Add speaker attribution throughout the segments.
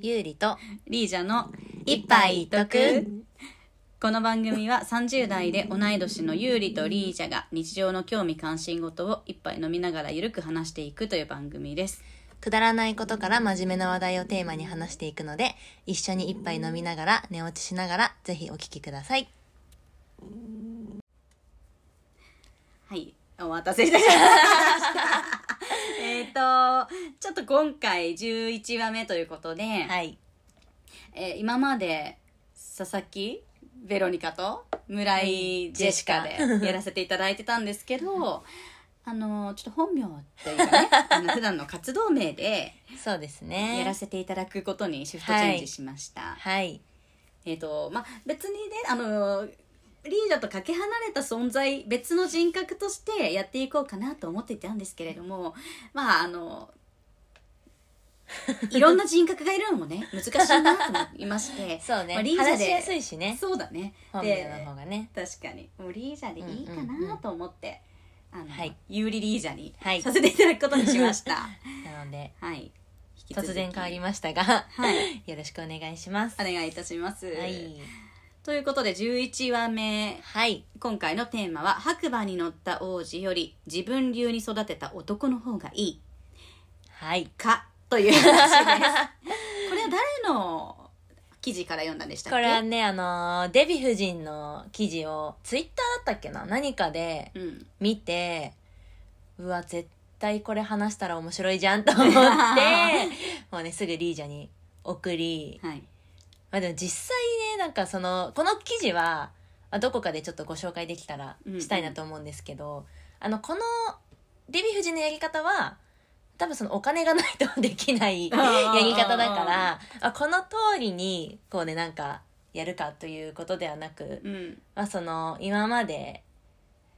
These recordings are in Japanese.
Speaker 1: ゆうりと
Speaker 2: リージャの
Speaker 1: 一杯一徳
Speaker 2: この番組は30代で同い年のユーリとリージャが日常の興味関心事を一杯飲みながらゆるく話していくという番組です
Speaker 1: くだらないことから真面目な話題をテーマに話していくので一緒に一杯飲みながら寝落ちしながらぜひお聞きください
Speaker 2: はいお待たせいたしました えっとちょっと今回11話目ということで、
Speaker 1: はい
Speaker 2: えー今まで佐々木ベロニカと村井ジェシカでやらせていただいてたんですけどあのちょっと本名というかねあの普段の活動名で
Speaker 1: そうですね
Speaker 2: やらせていただくことにシフトチェンジしました、
Speaker 1: はい
Speaker 2: えっ、とまあ別にねあのリーダーとかけ離れた存在別の人格としてやっていこうかなと思っていたんですけれどもまああのいろんな人格がいるの もね難しいなと思いまして
Speaker 1: そう
Speaker 2: まあ
Speaker 1: ね
Speaker 2: リーダー
Speaker 1: 話
Speaker 2: で
Speaker 1: しやすいしね
Speaker 2: そうだね
Speaker 1: 本名の方がね
Speaker 2: 確かにもうリージャーでいいか
Speaker 1: うんうんう
Speaker 2: なんと思って、あの
Speaker 1: はい
Speaker 2: 有利リージャーに
Speaker 1: はい
Speaker 2: させていただくことにしました
Speaker 1: なので
Speaker 2: はい引き続き
Speaker 1: 突然変わりましたが
Speaker 2: はい
Speaker 1: よろしくお願いします
Speaker 2: お願いいたします、
Speaker 1: はい
Speaker 2: ということで11話目
Speaker 1: はい
Speaker 2: 今回のテーマは「白馬に乗った王子より自分流に育てた男の方がいい
Speaker 1: はい
Speaker 2: か」という話ですこれは誰の記事から読んだんでしたっ
Speaker 1: こ
Speaker 2: け
Speaker 1: れはねあのデヴィ夫人の記事をツイッターだったっけな何かで
Speaker 2: うん、
Speaker 1: 見てうわ絶対これ話したら面白いじゃんと 思ってもうねすぐリージャに送り、
Speaker 2: はい
Speaker 1: まあ、でも実際ねなんかそのこの記事はあどこかでちょっとご紹介できたら
Speaker 2: うんうん
Speaker 1: したいなと思うんですけど、あのこのデヴィ夫人のやり方は多分そのお金がないとできないや
Speaker 2: あー
Speaker 1: り方だからあこの通りにこうねなんかやるかということではなく、
Speaker 2: うん
Speaker 1: まあ、その今まで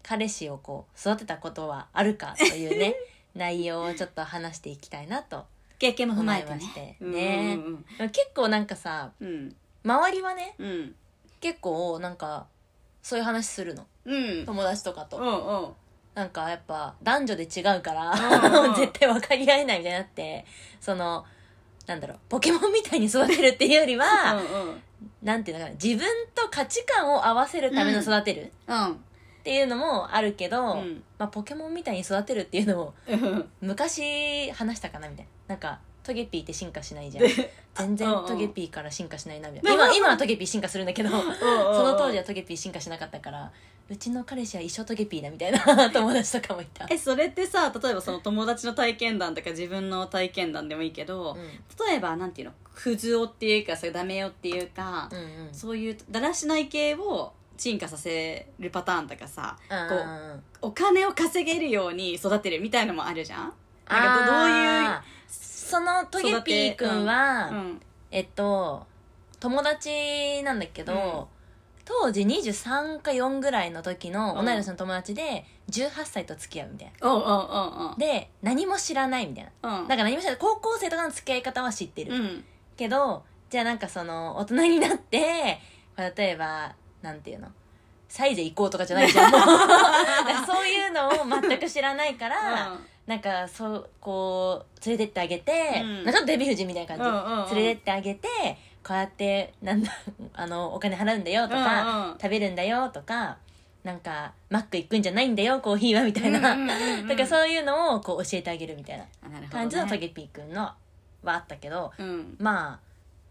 Speaker 1: 彼氏をこう育てたことはあるかという ね内容をちょっと話していきたいなと
Speaker 2: 経験も踏
Speaker 1: 思
Speaker 2: まえ
Speaker 1: い
Speaker 2: て
Speaker 1: まし
Speaker 2: ね
Speaker 1: て
Speaker 2: う
Speaker 1: ね
Speaker 2: んうん
Speaker 1: 結構なんかさ
Speaker 2: うん
Speaker 1: 周りはね
Speaker 2: うん
Speaker 1: 結構なんかそういう話するの
Speaker 2: うん
Speaker 1: 友達とかと
Speaker 2: うんうん
Speaker 1: なんかやっぱ男女で違うから
Speaker 2: うんう ん
Speaker 1: 絶対分かり合えないみたいになってそのなんだろうポケモンみたいに育てるっていうよりは、
Speaker 2: うんうん
Speaker 1: なんていうのかな自分と価値観を合わせるための育てる、
Speaker 2: うん
Speaker 1: っていうのもあるけど、
Speaker 2: うん
Speaker 1: まあ、ポケモンみたいに育てるっていうのも
Speaker 2: うん
Speaker 1: 昔話したかなみたいななんかトゲピーって進化しないじゃん全然
Speaker 2: うんうん
Speaker 1: トゲピーから進化しないなみたいな今今はトゲピー進化するんだけどその当時はトゲピー進化しなかったからうちの彼氏は一生トゲピーだみたいな友達とかもいた、
Speaker 2: えそれってさ例えばその友達の体験談とか自分の体験談でもいいけど、
Speaker 1: う
Speaker 2: 例えばなんていうのクズ男っていうかそれダメ男っていうか、
Speaker 1: ん、うんうん
Speaker 2: そういうだらしない系を進化させるパターンとかさ
Speaker 1: うんうんうん
Speaker 2: お金を稼げるように育てるみたいのもあるじゃんなん
Speaker 1: あ
Speaker 2: か
Speaker 1: ーそのトゲピーくん
Speaker 2: ど
Speaker 1: は、
Speaker 2: ういう、うん、
Speaker 1: えっと友達なんだけど、当時23か4ぐらいの時の
Speaker 2: う
Speaker 1: 同
Speaker 2: ん
Speaker 1: い年の友達で18歳と付き合うみたいな。
Speaker 2: おうおうおうおう
Speaker 1: で何も知らないみたいな。
Speaker 2: うん
Speaker 1: だから何も知らない高校生とかの付き合い方は知ってる、
Speaker 2: うん
Speaker 1: けどじゃあなんかその大人になってまあ例えばなんていうのサイゼ行こうとかじゃないじゃ んもうだからそういうのを全く知らないから、なんかそうこう連れてってあげて、
Speaker 2: うん
Speaker 1: なんかちょっとデヴィ夫人みたいな感じ、
Speaker 2: うん
Speaker 1: 連れてってあげてこうやってなんだ あのお金払うんだよとか、
Speaker 2: うんうん
Speaker 1: 食べるんだよとかなんかマック行くんじゃないんだよコーヒーはみたいな、
Speaker 2: うんうんうんうん
Speaker 1: とかそういうのをこう教えてあげるみたいな
Speaker 2: あなるほどね
Speaker 1: 感じのトゲピーくんのはあったけど
Speaker 2: うん
Speaker 1: まあ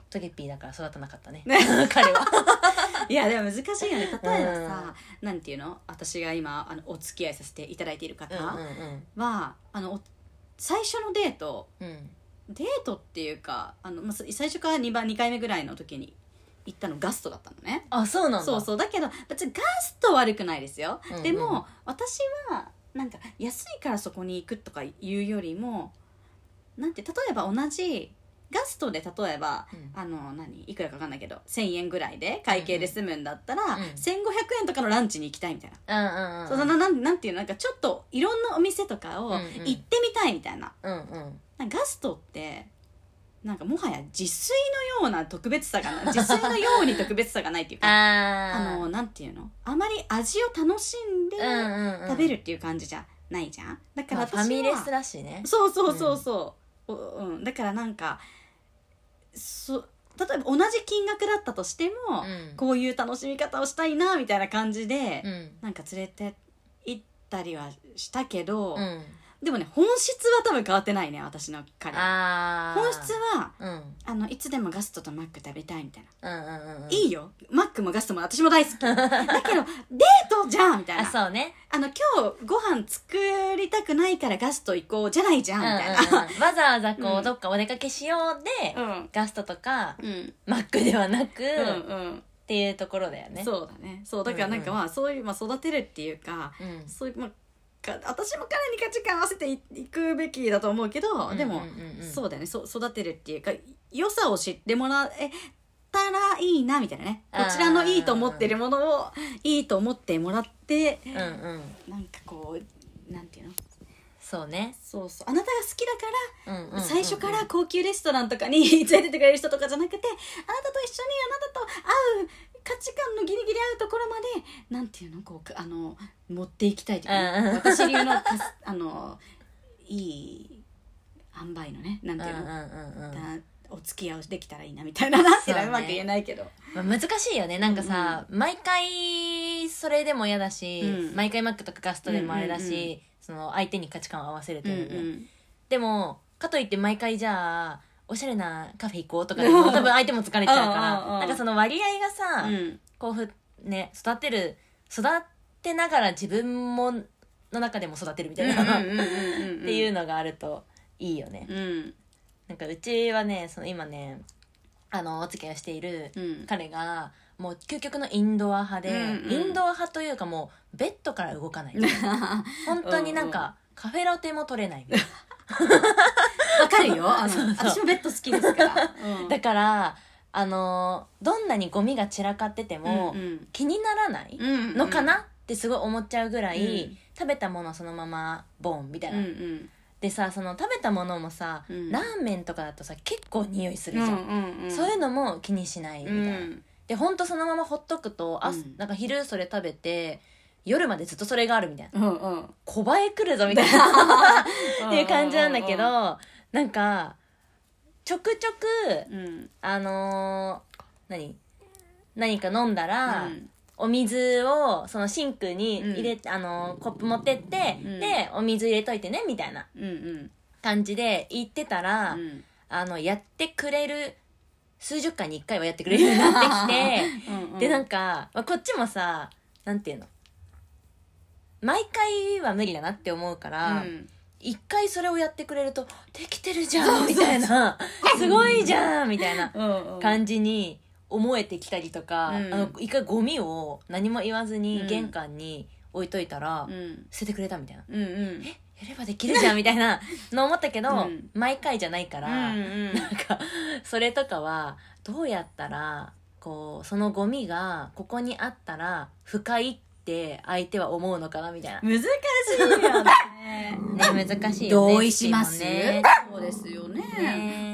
Speaker 1: トゲピーだから育たなかったね
Speaker 2: ね
Speaker 1: 彼 は。
Speaker 2: いやでも難しいよね例えばさ、なんていうの私が今あのお付き合いさせていただいている方は、
Speaker 1: うん
Speaker 2: あのお最初のデート
Speaker 1: うん
Speaker 2: デートっていうかあの、まあ、最最初から 2, 番2回目ぐらいの時に行ったのガストだったのね
Speaker 1: あそうなんだ
Speaker 2: そうそうだけど別にガストは悪くないですよ、
Speaker 1: うんうん
Speaker 2: でも私はなんか安いからそこに行くとかいうよりもなんて例えば同じガストで例えば
Speaker 1: うん
Speaker 2: あの何いくらかわかんないけど1,000円ぐらいで会計で済むんだったら、
Speaker 1: うんうん
Speaker 2: 1,500円とかのランチに行きたいみたいな、
Speaker 1: うんうんうん
Speaker 2: そのななんなんていうのなんかちょっといろんなお店とかを
Speaker 1: うんう
Speaker 2: 行っ
Speaker 1: ん
Speaker 2: てみたいみたいな,、
Speaker 1: うんうん
Speaker 2: ガストってなんかもはや自炊のような特別さ がない自炊のように特別さがないっていう
Speaker 1: あ
Speaker 2: かあ
Speaker 1: あ
Speaker 2: のなんていうのあまり味を楽しんで
Speaker 1: うんうんうん
Speaker 2: 食べるっていう感じじゃないじゃんだか
Speaker 1: まあ
Speaker 2: ら私
Speaker 1: フ
Speaker 2: は、
Speaker 1: ァミレスだしね
Speaker 2: そうそうそうそう、おうん、だからなんかそ例えば同じ金額だったとしても、
Speaker 1: うん
Speaker 2: こういう楽しみ方をしたいなみたいな感じで、
Speaker 1: うん
Speaker 2: なんか連れて行ったりはしたけど、
Speaker 1: うん
Speaker 2: でもね本質は多分変わってないね私の彼
Speaker 1: あー
Speaker 2: 本質は
Speaker 1: うんうん
Speaker 2: あのいつでもガストとマック食べたいみたいな、
Speaker 1: うんうんうん
Speaker 2: いいよマックもガストも私も 大好きだけどデートじゃんみたい
Speaker 1: あ
Speaker 2: なあ
Speaker 1: そうね
Speaker 2: の今日ご飯作りたくないからガスト行こうじゃないじゃん
Speaker 1: うんう
Speaker 2: み
Speaker 1: んうん
Speaker 2: たいな
Speaker 1: わざわざこう、
Speaker 2: うん
Speaker 1: どっかお出かけしようで、
Speaker 2: うん
Speaker 1: ガストとか
Speaker 2: うん
Speaker 1: マックではなく、
Speaker 2: うん
Speaker 1: っ
Speaker 2: うん
Speaker 1: ていうところだよね
Speaker 2: そうだねそうだからなんか
Speaker 1: うんう
Speaker 2: まあそういう、まあ、育てるっていうか
Speaker 1: うん、うん
Speaker 2: そういうまあか私も彼に価値観合わせていいくべきだと思うけど、
Speaker 1: うんうんうん、
Speaker 2: でも、そうだよねそ育てるっていうか良さを知ってもらえたらいいなみたいなねこちらのいいと思ってるものをいいと思ってもらって
Speaker 1: うんうん
Speaker 2: なんかこうなんていうの
Speaker 1: そうね、
Speaker 2: そうそうあなたが好きだ
Speaker 1: う
Speaker 2: か
Speaker 1: んうんうんう
Speaker 2: ら
Speaker 1: ん
Speaker 2: 最初から高級レストランとかに連れてってくれる人とかじゃなくてあなたと一緒にあなたと合う価値観のギリギリ合うところまでなんていうのこうかあの持っていきたいというか、
Speaker 1: うんうん
Speaker 2: 私流のかすあのいい塩梅のねなん
Speaker 1: うん
Speaker 2: て
Speaker 1: う
Speaker 2: い
Speaker 1: ん
Speaker 2: う
Speaker 1: う
Speaker 2: の、
Speaker 1: んうん
Speaker 2: だお付き合いをできたらいいなみたいななって
Speaker 1: そうね
Speaker 2: うまく言えないけど、
Speaker 1: まあ、難しいよねなんかさ、毎回それでも嫌だし、
Speaker 2: うん
Speaker 1: 毎回マックとかガストでもあれだし、
Speaker 2: うんうんう
Speaker 1: その相手に価値観を合わせると
Speaker 2: うんう
Speaker 1: いう、ね
Speaker 2: ん、
Speaker 1: でもかといって毎回じゃあおしゃれなカフェ行こうとかでも多分相手も疲れちゃうか
Speaker 2: うんうん
Speaker 1: ら
Speaker 2: うん
Speaker 1: なんかその割合がさ、
Speaker 2: うん
Speaker 1: こうふね育てる育てながら自分もの中でも育てるみたいな、
Speaker 2: うんうんうんうんうん
Speaker 1: っていうのがあるといいよね、
Speaker 2: うん
Speaker 1: なんかうちはねその今ねあのお付き合いをしている
Speaker 2: うん
Speaker 1: 彼がもう究極のインドア派で、
Speaker 2: うんうん
Speaker 1: インドア派というかもうベッドから動かない本当になんかカフェラテも取れないみたい
Speaker 2: わかるよあの
Speaker 1: そうそう
Speaker 2: 私もベッド好きですから、う、
Speaker 1: なんだからあのどんなにゴミが散らかってても、
Speaker 2: うん
Speaker 1: 気にならない
Speaker 2: うんうん
Speaker 1: のかなってすごい思っちゃうぐらい、
Speaker 2: うん
Speaker 1: 食べたものそのままボンみた
Speaker 2: う
Speaker 1: い
Speaker 2: ん
Speaker 1: な、
Speaker 2: うん
Speaker 1: でさその食べたものもさ、
Speaker 2: うん
Speaker 1: ラーメンとかだとさ結構匂いするじゃん、
Speaker 2: うんうん
Speaker 1: そういううのも気にしないみたいな、
Speaker 2: ん
Speaker 1: でほんとそのままほっとくとあ、
Speaker 2: うん
Speaker 1: なんか昼それ食べて夜までずっとそれがあるみたいな
Speaker 2: うんうん
Speaker 1: 小映え来るぞみたいな っていう感じなんだけど、
Speaker 2: うん
Speaker 1: なんかちょくちょく
Speaker 2: うん
Speaker 1: あのー何何か飲んだら、
Speaker 2: うん
Speaker 1: お水をそのシンクに入れて、あのーコップ持ってって、
Speaker 2: うん
Speaker 1: でお水入れといてねみたいな
Speaker 2: うんうん
Speaker 1: 感じで言ってたら、
Speaker 2: うん
Speaker 1: あのやってくれる数十回に1回はやってくれるようになってきて。
Speaker 2: うんうん
Speaker 1: でなんか、まあ、こっちもさなんていうの毎回は無理だなって思うから
Speaker 2: うん
Speaker 1: 一、回それをやってくれるとできてるじゃんみたいなすごいじゃんみたいな
Speaker 2: うんうん
Speaker 1: 感じに思えてきたりとか、
Speaker 2: うん
Speaker 1: あの一回ゴミを何も言わず
Speaker 2: う
Speaker 1: に
Speaker 2: ん
Speaker 1: 玄関に置いといたら、
Speaker 2: うん
Speaker 1: 捨ててくれたみたいな。
Speaker 2: うんうん
Speaker 1: えやればできるじゃんみたいなの思ったけど、
Speaker 2: うん
Speaker 1: 毎回じゃないから、
Speaker 2: うん
Speaker 1: なんかそれとかはどうやったらこうそのゴミがここにあったら不快って相手は思うのかなみたいな、
Speaker 2: 難しいよね
Speaker 1: ね、難しいよね
Speaker 2: 同意します
Speaker 1: っていうのね
Speaker 2: そうですよね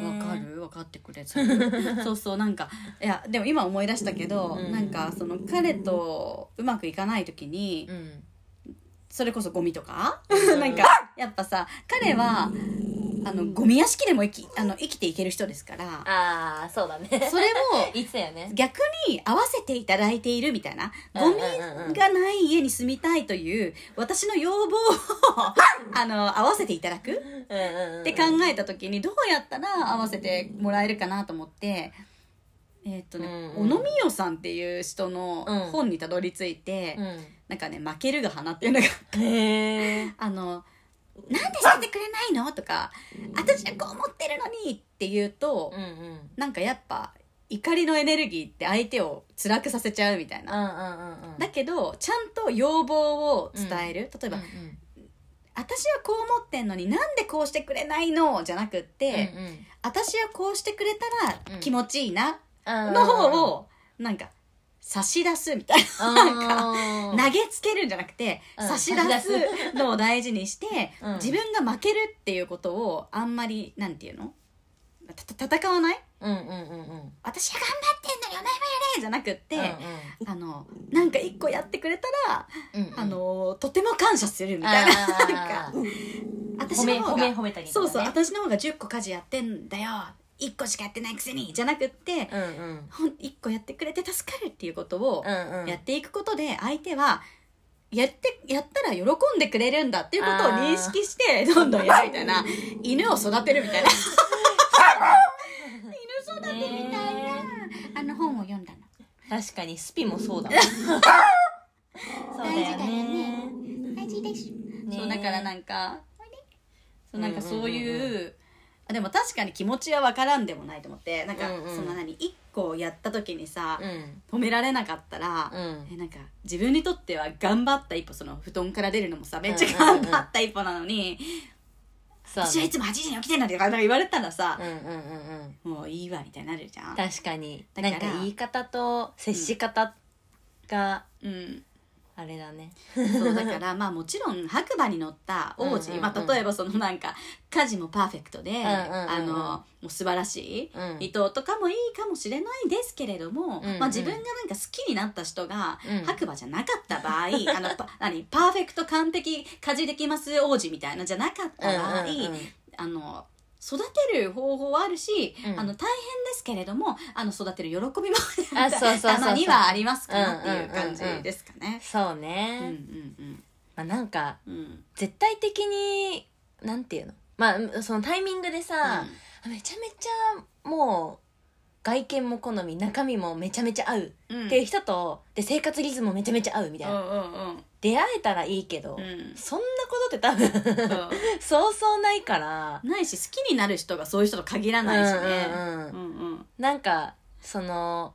Speaker 1: ね
Speaker 2: わかるわかってくれちゃうそうそうなんかいやでも今思い出したけど、
Speaker 1: うん
Speaker 2: なんかその彼とうまくいかない時に、
Speaker 1: うん
Speaker 2: それこそゴミとか、
Speaker 1: うん
Speaker 2: なんかやっぱさ彼はあのゴミ屋敷でも生きあの生きていける人ですから
Speaker 1: ああそうだね
Speaker 2: それを
Speaker 1: 言ってたよね
Speaker 2: 逆に合わせていただいているみたいな
Speaker 1: うん
Speaker 2: ゴミ
Speaker 1: うんうん
Speaker 2: がない家に住みたいという私の要 望をあの合わせていただく
Speaker 1: っ
Speaker 2: って考えた時にどうやったら合わせてもらえるかなと思ってえーっとね、
Speaker 1: うんうん
Speaker 2: 小野美代さんっていう人の
Speaker 1: うん
Speaker 2: 本にたどり着いて、
Speaker 1: う
Speaker 2: なんかね「負けるが花」っていうのが
Speaker 1: ん、へえ
Speaker 2: あの「なんで捨ててくれないの?」とか「私はこう思ってるのに」って言うと、
Speaker 1: うんうん
Speaker 2: なんかやっぱ怒りのエネルギーって相手を辛くさせちゃうみたい
Speaker 1: うんう
Speaker 2: な。
Speaker 1: んうんうん
Speaker 2: だけどちゃんと要望を伝える、例えば、
Speaker 1: うん
Speaker 2: 私はこう思ってんのになんでこうしてくれないの?」じゃなくって、
Speaker 1: うんうん
Speaker 2: 私はこうしてくれた
Speaker 1: う
Speaker 2: ら
Speaker 1: ん
Speaker 2: 気持ちいいな、
Speaker 1: うん
Speaker 2: の方を、なんか、差し出すみたい
Speaker 1: な
Speaker 2: な。投げつけるんじゃなくて、
Speaker 1: うん
Speaker 2: 差し出
Speaker 1: 差し
Speaker 2: すのを大事にして、
Speaker 1: うん
Speaker 2: 自分が負けるっていうことをあんまり、なんていうのたた戦わない
Speaker 1: うんうんうんうん
Speaker 2: 私は頑張ってんのよ、お前もやれじゃなくって、
Speaker 1: う
Speaker 2: あの、なんか一個やってくれたら、
Speaker 1: んうんうんうん
Speaker 2: あの、とても感謝するみたいな。なん
Speaker 1: あ
Speaker 2: か
Speaker 1: ー
Speaker 2: 私の方
Speaker 1: 褒め褒め
Speaker 2: が
Speaker 1: 褒めたりとか
Speaker 2: そう
Speaker 1: ね
Speaker 2: そう私の方が10個家事やってんだよ一個しかやってないくせにじゃなくって、
Speaker 1: うんうん
Speaker 2: ほん一個やってくれて助かるっていうことを
Speaker 1: うんうん
Speaker 2: やっていくことで相手はやってやったら喜んでくれるんだっていうことを認識してどんどんやるみたいな犬を育てるみた いな犬育てみたいな、
Speaker 1: ね
Speaker 2: あの本を読んだの
Speaker 1: 確かにスピもそうだもんそうだよ
Speaker 2: 大事だよ
Speaker 1: ね
Speaker 2: ね大事です
Speaker 1: ね
Speaker 2: そうだからなんかそうなんかそういう,、
Speaker 1: うんう
Speaker 2: あでも確かに気持ちは分からんでもないと思ってなんか、
Speaker 1: うんうん
Speaker 2: その何一個やった時にさ、
Speaker 1: うん
Speaker 2: 褒められなかったら、
Speaker 1: うん
Speaker 2: えなんか自分にとっては頑張った一歩その布団から出るのもさめっちゃ
Speaker 1: うんうんう
Speaker 2: 頑
Speaker 1: ん
Speaker 2: 張った一歩なのに、
Speaker 1: そう
Speaker 2: 私はい
Speaker 1: ね
Speaker 2: つも8時に起きてるなんてなんか言われたらさ
Speaker 1: う、んうんうんうん
Speaker 2: もういいわみたいになるじゃん。
Speaker 1: 確かに
Speaker 2: だか
Speaker 1: な
Speaker 2: ら
Speaker 1: んか言い方と接し方が
Speaker 2: うん、
Speaker 1: あれだね、
Speaker 2: そうだからまあもちろん白馬に乗った王
Speaker 1: う
Speaker 2: 子、
Speaker 1: んうんうん
Speaker 2: まあ、例えばそのなんか家事もパーフェクトで、
Speaker 1: んうん
Speaker 2: あのもう素晴らしい、
Speaker 1: うん
Speaker 2: 伊藤とかもいいかもしれないですけれども、
Speaker 1: うんうん
Speaker 2: まあ、自分がなんか好きになった人が
Speaker 1: うん
Speaker 2: 白馬じゃなかった 場合、あのパ何パーフェクト完璧家事できます王子みたいなじゃなかった場合、
Speaker 1: うんうんうん
Speaker 2: あの育てる方法はあるし、
Speaker 1: うん
Speaker 2: あの大変ですけれどもあの育てる喜びも
Speaker 1: あそうそうそうそう
Speaker 2: たまにはありますかなっていう感じですかね。
Speaker 1: そう
Speaker 2: うんう
Speaker 1: ね、
Speaker 2: ん
Speaker 1: まあ、なんか
Speaker 2: うんうん
Speaker 1: 絶対的になんていうのまあそのタイミングでさ、めちゃめちゃもう外見も好み中身もめちゃめちゃ合う
Speaker 2: うん
Speaker 1: っていう人と、で生活リズムもめちゃめちゃ合うみたいな、出会えたらいいけど、
Speaker 2: うんうんうん
Speaker 1: そんなことって多分 そうそうないから
Speaker 2: ないし好きになる人がそういう人と限らないしね。
Speaker 1: うんうんうん
Speaker 2: うんうん
Speaker 1: なんかその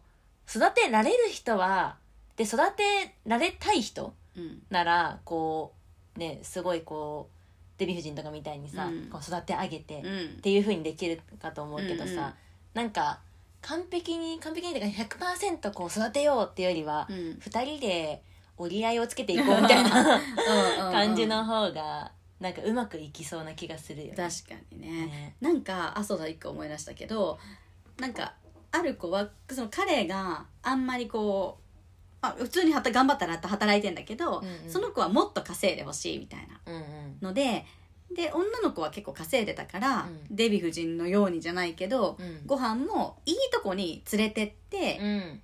Speaker 1: 育てられる人はで育てられたい人
Speaker 2: うん
Speaker 1: ならこうねすごいこうデヴィ夫人とかみたいにさ、
Speaker 2: うん
Speaker 1: こう育て上げて、
Speaker 2: う
Speaker 1: っ
Speaker 2: ん
Speaker 1: ていうふうにできるかと思うけどさ、
Speaker 2: うんうん
Speaker 1: なんか完璧に完璧にというか100%こう育てようっていうよりは、
Speaker 2: うん
Speaker 1: 二人で折り合いをつけていこうみたいな感じ
Speaker 2: うん
Speaker 1: の方がなんかうまくいきそうな気がするよ
Speaker 2: うん
Speaker 1: ね。
Speaker 2: 確かにね。
Speaker 1: ね
Speaker 2: なんかあそうだ一個思い出したけどなんかある子はその彼があんまりこう、まあ、普通にはた頑張ったら働いてんだけど、
Speaker 1: うんうん
Speaker 2: その子はもっと稼いでほしいみたいな
Speaker 1: うんうん
Speaker 2: のでで女の子は結構稼いでたから、
Speaker 1: うん
Speaker 2: デヴィ夫人のようにじゃないけど、
Speaker 1: うん
Speaker 2: ご飯もいいとこに連れてって、
Speaker 1: うん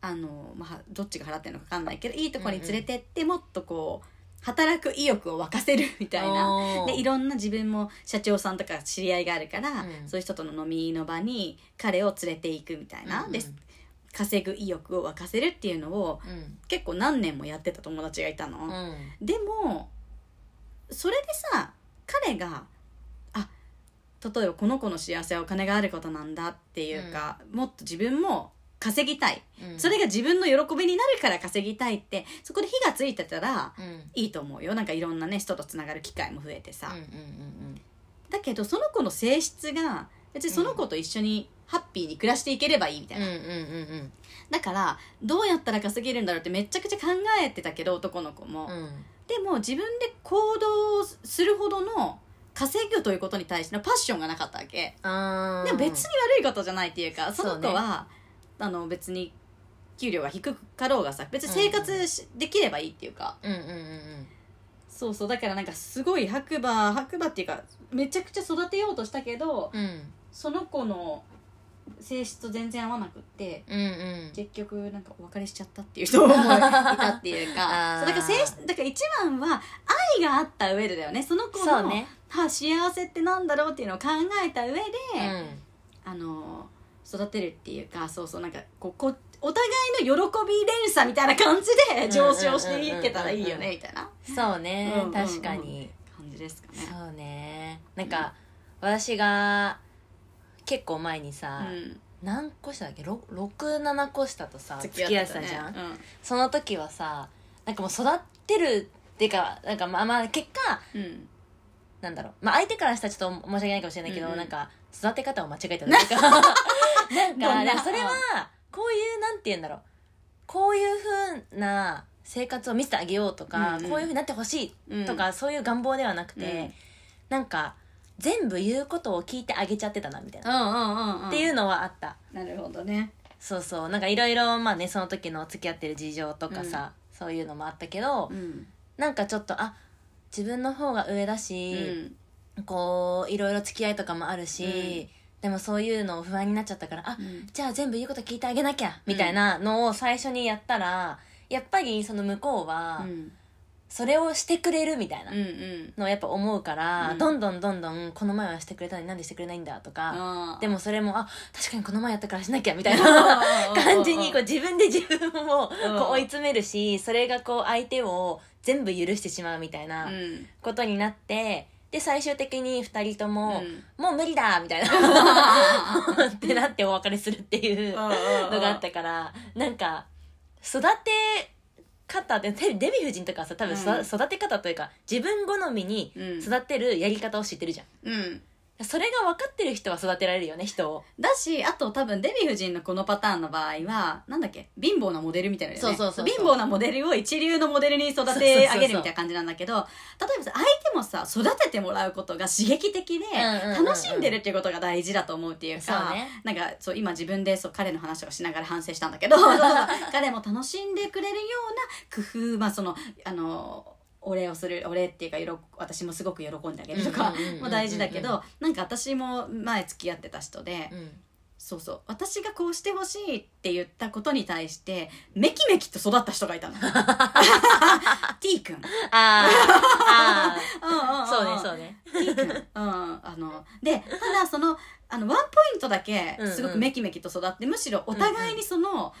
Speaker 2: あのまあ、どっちが払ってるのか分かんないけどいいとこに連れてって、もっとこう働く意欲を沸かせるみたいな。
Speaker 1: おー
Speaker 2: でいろんな自分も社長さんとか知り合いがあるから、
Speaker 1: うん
Speaker 2: そういう人との飲みの場に彼を連れていくみたいな、
Speaker 1: うんうん
Speaker 2: で稼ぐ意欲を沸かせるっていうのを
Speaker 1: うん
Speaker 2: 結構何年もやってた友達がいたの、
Speaker 1: うん
Speaker 2: でもそれでさ彼があ例えばこの子の幸せはお金があることなんだっていうか、もっと自分も稼ぎたい、
Speaker 1: うん
Speaker 2: それが自分の喜びになるから稼ぎたいってそこで火がついてたら
Speaker 1: うんうん
Speaker 2: いいと思うよなんかいろんなね人とつながる機会も増えてさ、
Speaker 1: うんうん
Speaker 2: だけどその子の性質が別にその子と一緒にハッピーに暮らしていければいいみたい
Speaker 1: うんうん
Speaker 2: な、
Speaker 1: うん
Speaker 2: だからどうやったら稼げるんだろうってめちゃくちゃ考えてたけど男の子も、
Speaker 1: うん
Speaker 2: でも自分で行動するほどの稼ぐということに対してのパッションがなかったわけ
Speaker 1: うん
Speaker 2: でも別に悪いことじゃないっていうかその子
Speaker 1: そうね
Speaker 2: は、あの別に給料が低かろうがさ別に生活しできればいいっていうか、
Speaker 1: うんうんうん
Speaker 2: そうそうだからなんかすごい白馬白馬っていうかめちゃくちゃ育てようとしたけど
Speaker 1: うんうん
Speaker 2: その子の性質と全然合わなくって
Speaker 1: うんうん
Speaker 2: 結局なんかお別れしちゃったっていう人もいたっていう
Speaker 1: あー
Speaker 2: かそうだから性質だから一番は愛があった上でだよねその子
Speaker 1: そう
Speaker 2: の、
Speaker 1: ね
Speaker 2: は幸せってなんだろうっていうのを考えた上で、
Speaker 1: うん
Speaker 2: あの育てるっていうかそうそうなんかここお互いの喜び連鎖みたいな感じで上昇していけたらいいよねみたいな
Speaker 1: そうね
Speaker 2: うんうんうん
Speaker 1: 確かに
Speaker 2: 感じですかね。
Speaker 1: そうねなんか私が結構前に
Speaker 2: う
Speaker 1: さ
Speaker 2: ん
Speaker 1: 何個下だっけろ67個下とさ付
Speaker 2: 付
Speaker 1: き
Speaker 2: き
Speaker 1: 合
Speaker 2: 合
Speaker 1: っ
Speaker 2: ってて
Speaker 1: た
Speaker 2: た
Speaker 1: じ
Speaker 2: じ
Speaker 1: ゃ
Speaker 2: ゃ
Speaker 1: ん
Speaker 2: ん、
Speaker 1: その時はさなんかもう育ってるっていうかなんかまあまあ結果
Speaker 2: うん
Speaker 1: なんだろう、まあ、相手からしたらちょっと申し訳ないかもしれないけど、
Speaker 2: うんうん
Speaker 1: なんか育て方を間違えたというかなん
Speaker 2: ど
Speaker 1: か
Speaker 2: んな
Speaker 1: でもそれはこういうなんて言うんだろうこういうふうな生活を見せてあげようとか、
Speaker 2: うんうん
Speaker 1: こういうふうになってほしいとか、そういう願望ではなくて、
Speaker 2: うん
Speaker 1: なんか全部言うことを聞いてあげちゃってたなみたいな、
Speaker 2: うんうんうんうん
Speaker 1: っていうのはあった
Speaker 2: なるほどね
Speaker 1: そうそうなんかいろいろまあねその時の付き合ってる事情とかさ、そういうのもあったけど、
Speaker 2: うん
Speaker 1: なんかちょっとあ自分の方が上だし、
Speaker 2: うん
Speaker 1: こういろいろ付き合いとかもあるし、でもそういうのを不安になっちゃったからあ
Speaker 2: うん
Speaker 1: じゃあ全部言うこと聞いてあげなきゃみたいなのを最初にやったら、やっぱりその向こう
Speaker 2: う
Speaker 1: は
Speaker 2: ん
Speaker 1: それをしてくれるみたいな
Speaker 2: うんうん
Speaker 1: のをやっぱ思うから、
Speaker 2: うん
Speaker 1: どんどんどんどんこの前はしてくれたのになんでしてくれないんだとか、
Speaker 2: あー
Speaker 1: でもそれもあ確かにこの前やったからしなきゃみたいな感じにこう自分で自分を
Speaker 2: うん
Speaker 1: こう追い詰めるしそれがこう相手を全部許してしまうみたいな
Speaker 2: うん
Speaker 1: ことになってで最終的に2人とも、
Speaker 2: うん
Speaker 1: もう無理だみたいな ってなってお別れするっていうの
Speaker 2: の
Speaker 1: があったからなんか育て方でデヴィ夫人とかはさ多分そ、
Speaker 2: うん
Speaker 1: 育て方というか自分好みに
Speaker 2: うん
Speaker 1: 育てるやり方を知ってるじゃん、
Speaker 2: うん
Speaker 1: それが分かってる人は育てられるよね人を
Speaker 2: だしあと多分デヴィ夫人のこのパターンの場合はなんだっけ貧乏なモデルみたいなのよね
Speaker 1: そうそうそうそう
Speaker 2: 貧乏なモデルを一流のモデルに育て上げるみたいな感じなんだけど例えばさ相手もさ育ててもらうことが刺激的で、
Speaker 1: うんうんうん
Speaker 2: 楽しんでるっていうことが大事だと思うっていうか
Speaker 1: そうね
Speaker 2: なんかそう今自分でそう彼の話とかしながら反省したんだ けどそうそう彼も楽しんでくれるような工夫まあそのあのお礼をするお礼っていうか喜私もすごく喜んであげるとか
Speaker 1: うんうんうんうんうん
Speaker 2: も大事だけどなんか私も前付き合ってた人で、
Speaker 1: うん
Speaker 2: そうそう私がこうしてほしいって言ったことに対してめきめきと育った人がい たの T 君
Speaker 1: あああーそうね
Speaker 2: う
Speaker 1: そうね
Speaker 2: T 君、うん、あのでただそのあのワンポイントだけ
Speaker 1: うんうん
Speaker 2: すごくめきめきと育って、むしろお互いにその,、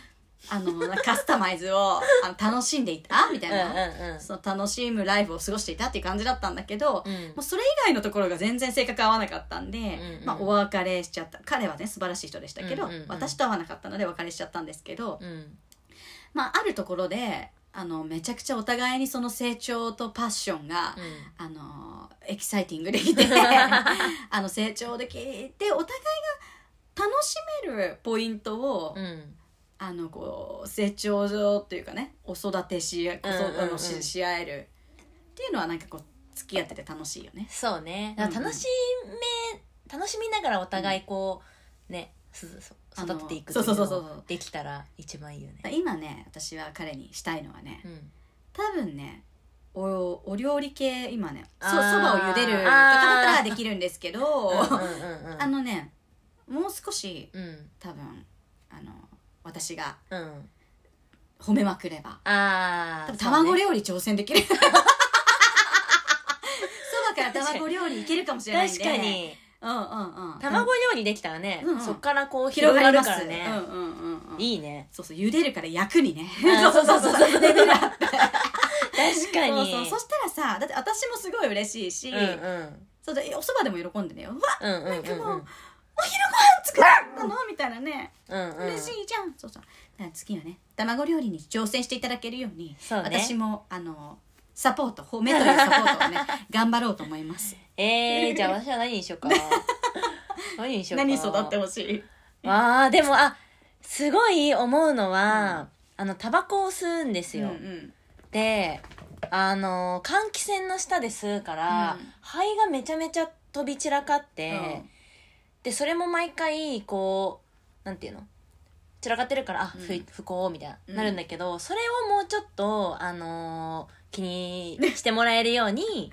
Speaker 2: あのカスタマイズをあの楽しんでいたみた
Speaker 1: う
Speaker 2: い
Speaker 1: んうん
Speaker 2: な、
Speaker 1: うん
Speaker 2: その楽しむライフを過ごしていたっていう感じだったんだけど、
Speaker 1: うん
Speaker 2: もうそれ以外のところが全然性格合わなかったんで、
Speaker 1: んうん
Speaker 2: まあ、お別れしちゃった彼はね素晴らしい人でしたけど、
Speaker 1: うんうんうん
Speaker 2: 私と合わなかったのでお別れしちゃったんですけど、
Speaker 1: うん
Speaker 2: まあ、あるところであのめちゃくちゃお互いにその成長とパッションが、あのエキサイティングで きてあの成長できてお互いが楽しめるポイントを、
Speaker 1: うんうん
Speaker 2: あのこう成長上というかねお育てしこそ、
Speaker 1: うんうんうん
Speaker 2: あのしし合えるっていうのはなんかこう付き合ってて楽しいよね。
Speaker 1: そうね
Speaker 2: うんうん
Speaker 1: 楽しめ楽しみながらお互いこうねすそ
Speaker 2: あの
Speaker 1: 育てていく
Speaker 2: そうそうそう
Speaker 1: っていの
Speaker 2: そう
Speaker 1: ができたら一番いいよね
Speaker 2: 今ね私は彼にしたいのはね
Speaker 1: うん
Speaker 2: 多分ねおお料理系今ねそ
Speaker 1: あー
Speaker 2: そばを茹でるとかだったらできるんですけど
Speaker 1: うん
Speaker 2: あ
Speaker 1: うんうん
Speaker 2: のねもう少し
Speaker 1: うん
Speaker 2: 多分あの私が
Speaker 1: うん
Speaker 2: 褒めまくれば
Speaker 1: あ
Speaker 2: 多
Speaker 1: あ
Speaker 2: 分卵料理挑戦できるそば、 から卵料理いけるかもしれないんで
Speaker 1: 確かに
Speaker 2: うんうんうん。
Speaker 1: 卵料理できたらね、
Speaker 2: うん
Speaker 1: そっからこう広
Speaker 2: 広が
Speaker 1: が
Speaker 2: り
Speaker 1: る
Speaker 2: ます
Speaker 1: からね、
Speaker 2: うんうんうんうん。
Speaker 1: いいね
Speaker 2: そうそう、茹でるから焼くにね。
Speaker 1: あーそうそうそうそう
Speaker 2: 茹でるから
Speaker 1: 確か
Speaker 2: そう
Speaker 1: に
Speaker 2: そう。そしたらさ、だって私もすごい嬉しいし、
Speaker 1: うんうん
Speaker 2: そうだお蕎麦でも喜んでね、うわ、
Speaker 1: うんうんうんうん
Speaker 2: なんかもう、お昼ご飯作ったのみたいなね、
Speaker 1: うんうん
Speaker 2: 嬉しいじゃん。そうそう。だから次はね、卵料理に挑戦していただけるように、
Speaker 1: そうね
Speaker 2: 私も、あの、サポート、褒めというサポートを ね、頑張ろうと思います。
Speaker 1: えー、じゃあ私は何にし ようか何にしようか
Speaker 2: 何育ってほしい
Speaker 1: あーでもあすごい思うのは、あのタバコを吸うんですよ、
Speaker 2: うん
Speaker 1: であの換気扇の下で吸うから、
Speaker 2: うん
Speaker 1: 肺がめちゃめちゃ飛び散らかっ
Speaker 2: う
Speaker 1: て、
Speaker 2: ん
Speaker 1: でそれも毎回こうなんていうの散らかってるからあ、
Speaker 2: うん
Speaker 1: ふ不幸みたい
Speaker 2: うん
Speaker 1: ななるんだけど、それをもうちょっと、あのー気にしてもらえるよう に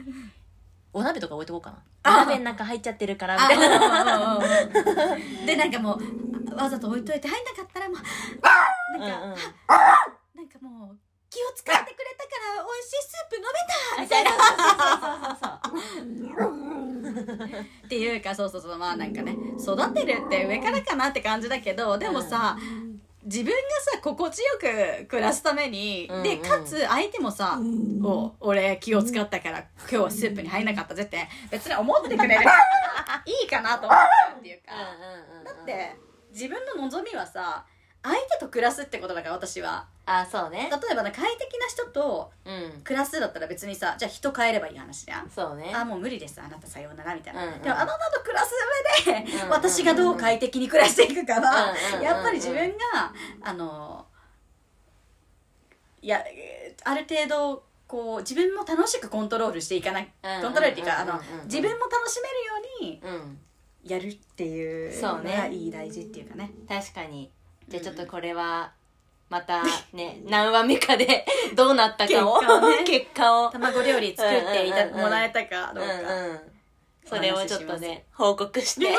Speaker 1: お鍋とか置いとこうかなお鍋の中入っちゃってるからみたいな
Speaker 2: あうんでなんかもうわざと置いといて入んなかったらもうなん か、
Speaker 1: うんうん
Speaker 2: なんかもう気を使ってくれたから美味しいスープ飲めたみ
Speaker 1: そ
Speaker 2: た
Speaker 1: うそうそう
Speaker 2: いな
Speaker 1: そうそう
Speaker 2: っていうかそうそうそうまあなんかね育てるって上からかなって感じだけどでもさ、自分がさ心地よく暮らすために、
Speaker 1: うんうん
Speaker 2: でかつ相手もさ「お俺気を使ったから今日はスープに入らなかったぜ」って別に思ってくれる いいかなと思っちゃうっていうか。
Speaker 1: うんうんうん
Speaker 2: だって自分の望みはさ相手と暮らすってことだから私は
Speaker 1: あそうね
Speaker 2: 例えばね快適な人と
Speaker 1: うん
Speaker 2: 暮らすだったら別にさじゃあ人変えればいい話じゃん
Speaker 1: そうね
Speaker 2: あもう無理ですあなたさようならみたいな、
Speaker 1: うんうん
Speaker 2: でもあなたと暮らす上で、
Speaker 1: うんうんうん
Speaker 2: 私がどう快適に暮らしていくかは、
Speaker 1: うんうんうんうん
Speaker 2: やっぱり自分があのいやえーある程度こう自分も楽しくコントロールしていかない
Speaker 1: うんうんうんうん
Speaker 2: コントロールっていうかあ
Speaker 1: うん
Speaker 2: の
Speaker 1: うんうん
Speaker 2: 自分も楽しめるように
Speaker 1: うん
Speaker 2: やるっていう
Speaker 1: そう
Speaker 2: の
Speaker 1: ね
Speaker 2: がいい大事っていうかね
Speaker 1: 確かにじゃあちょっとこれはまたね何話目かでどうなったかを
Speaker 2: 結果をね
Speaker 1: 結果を
Speaker 2: 卵料理作っていた
Speaker 1: うんうんうんうん
Speaker 2: もらえたかどうか、
Speaker 1: うんうん それをちょっとね報告して、
Speaker 2: はい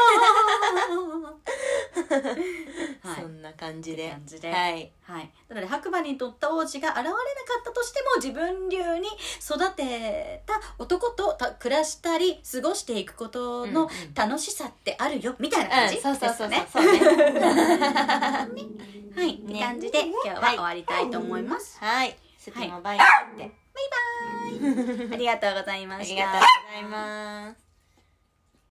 Speaker 1: そんな感じ
Speaker 2: って
Speaker 1: で
Speaker 2: 感じで
Speaker 1: はい
Speaker 2: はい、なので白馬にとった王子が現れなかったとしても自分流に育てた男とた暮らしたり過ごしていくこと
Speaker 1: うんう
Speaker 2: の
Speaker 1: ん
Speaker 2: 楽しさってあるよみたいな感じ
Speaker 1: う
Speaker 2: で
Speaker 1: ん
Speaker 2: すか
Speaker 1: そう
Speaker 2: ね。
Speaker 1: そうそうそうそうね
Speaker 2: はい、って感じで今日は終わりたいと思います。
Speaker 1: はいスキマバイって、
Speaker 2: ありがとうございま
Speaker 1: あ
Speaker 2: し
Speaker 1: りが
Speaker 2: た
Speaker 1: とう。ございます